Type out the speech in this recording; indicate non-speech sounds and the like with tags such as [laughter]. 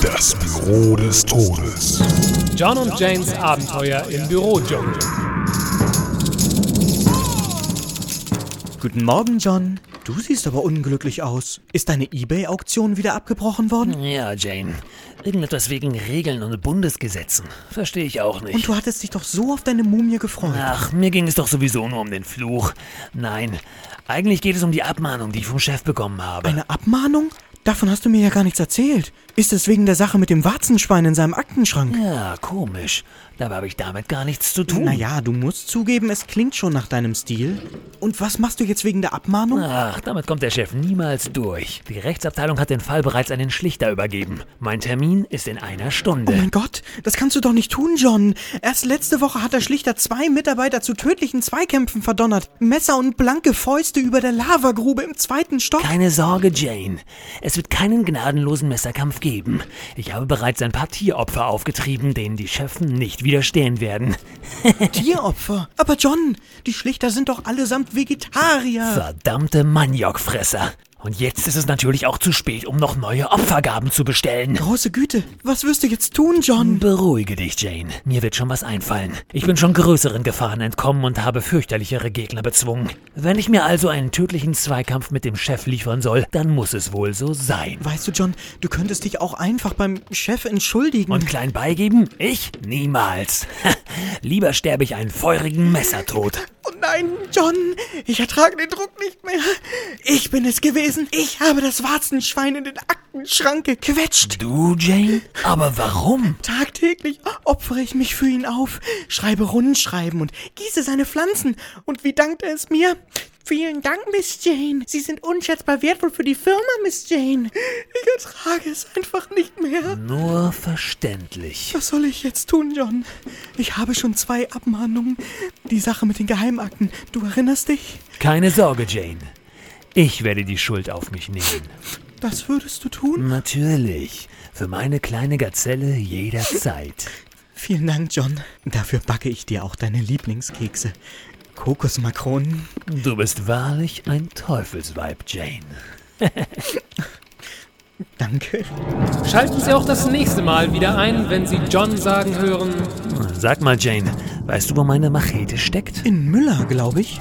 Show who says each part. Speaker 1: Das Büro des Todes.
Speaker 2: John und Janes Abenteuer im Büro, John.
Speaker 3: Guten Morgen, John. Du siehst aber unglücklich aus. Ist deine eBay-Auktion wieder abgebrochen worden?
Speaker 4: Ja, Jane. Irgendetwas wegen Regeln und Bundesgesetzen. Verstehe ich auch nicht.
Speaker 3: Und du hattest dich doch so auf deine Mumie gefreut.
Speaker 4: Ach, mir ging es doch sowieso nur um den Fluch. Nein, eigentlich geht es um die Abmahnung, die ich vom Chef bekommen habe.
Speaker 3: Eine Abmahnung? Davon hast du mir ja gar nichts erzählt. Ist es wegen der Sache mit dem Warzenschwein in seinem Aktenschrank?
Speaker 4: Ja, komisch. Dabei habe ich damit gar nichts zu tun.
Speaker 3: Naja, du musst zugeben, es klingt schon nach deinem Stil. Und was machst du jetzt wegen der Abmahnung?
Speaker 4: Ach, damit kommt der Chef niemals durch. Die Rechtsabteilung hat den Fall bereits an den Schlichter übergeben. Mein Termin ist in einer
Speaker 3: Oh
Speaker 4: Stunde.
Speaker 3: mein Gott, das kannst du doch nicht tun, John. Erst letzte Woche hat der Schlichter zwei Mitarbeiter zu tödlichen Zweikämpfen verdonnert. Messer und blanke Fäuste über der Lavagrube im zweiten Stock.
Speaker 4: Keine Sorge, Jane. Es wird keinen gnadenlosen Messerkampf geben. Ich habe bereits ein paar Tieropfer aufgetrieben, denen die Schöffen nicht widerstehen werden.
Speaker 3: Tieropfer. Aber John, die Schlichter sind doch allesamt Vegetarier.
Speaker 4: Verdammte Maniokfresser. Und jetzt ist es natürlich auch zu spät, um noch neue Opfergaben zu bestellen.
Speaker 3: Große Güte, was wirst du jetzt tun, John?
Speaker 4: Beruhige dich, Jane. Mir wird schon was einfallen. Ich bin schon größeren Gefahren entkommen und habe fürchterlichere Gegner bezwungen. Wenn ich mir also einen tödlichen Zweikampf mit dem Chef liefern soll, dann muss es wohl so sein.
Speaker 3: Weißt du, John, du könntest dich auch einfach beim Chef entschuldigen.
Speaker 4: Und klein beigeben? Ich? Niemals. [laughs] Lieber sterbe ich einen feurigen Messertod.
Speaker 3: oh nein, John, ich ertrage den Druck nicht mehr. Ich bin es gewesen. Ich habe das Warzenschwein in den Aktenschrank gequetscht.
Speaker 4: Du, Jane? Aber warum?
Speaker 3: Tagtäglich opfere ich mich für ihn auf, schreibe Rundschreiben und gieße seine Pflanzen. Und wie dankt er es mir? Vielen Dank, Miss Jane. Sie sind unschätzbar wertvoll für die Firma, Miss Jane. Ich ertrage es einfach nicht mehr.
Speaker 4: Nur verständlich.
Speaker 3: Was soll ich jetzt tun, John? Ich habe schon zwei Abmahnungen. Die Sache mit den Geheimakten, du erinnerst dich?
Speaker 4: Keine Sorge, Jane. Ich werde die Schuld auf mich nehmen.
Speaker 3: Das würdest du tun?
Speaker 4: Natürlich. Für meine kleine Gazelle jederzeit.
Speaker 3: Vielen Dank, John. Dafür backe ich dir auch deine Lieblingskekse. Kokosmakronen.
Speaker 4: Du bist wahrlich ein Teufelsweib, Jane.
Speaker 3: Danke.
Speaker 2: Schalten Sie auch das nächste Mal wieder ein, wenn Sie John sagen hören.
Speaker 4: Sag mal, Jane, weißt du, wo meine Machete steckt?
Speaker 3: In Müller, glaube ich.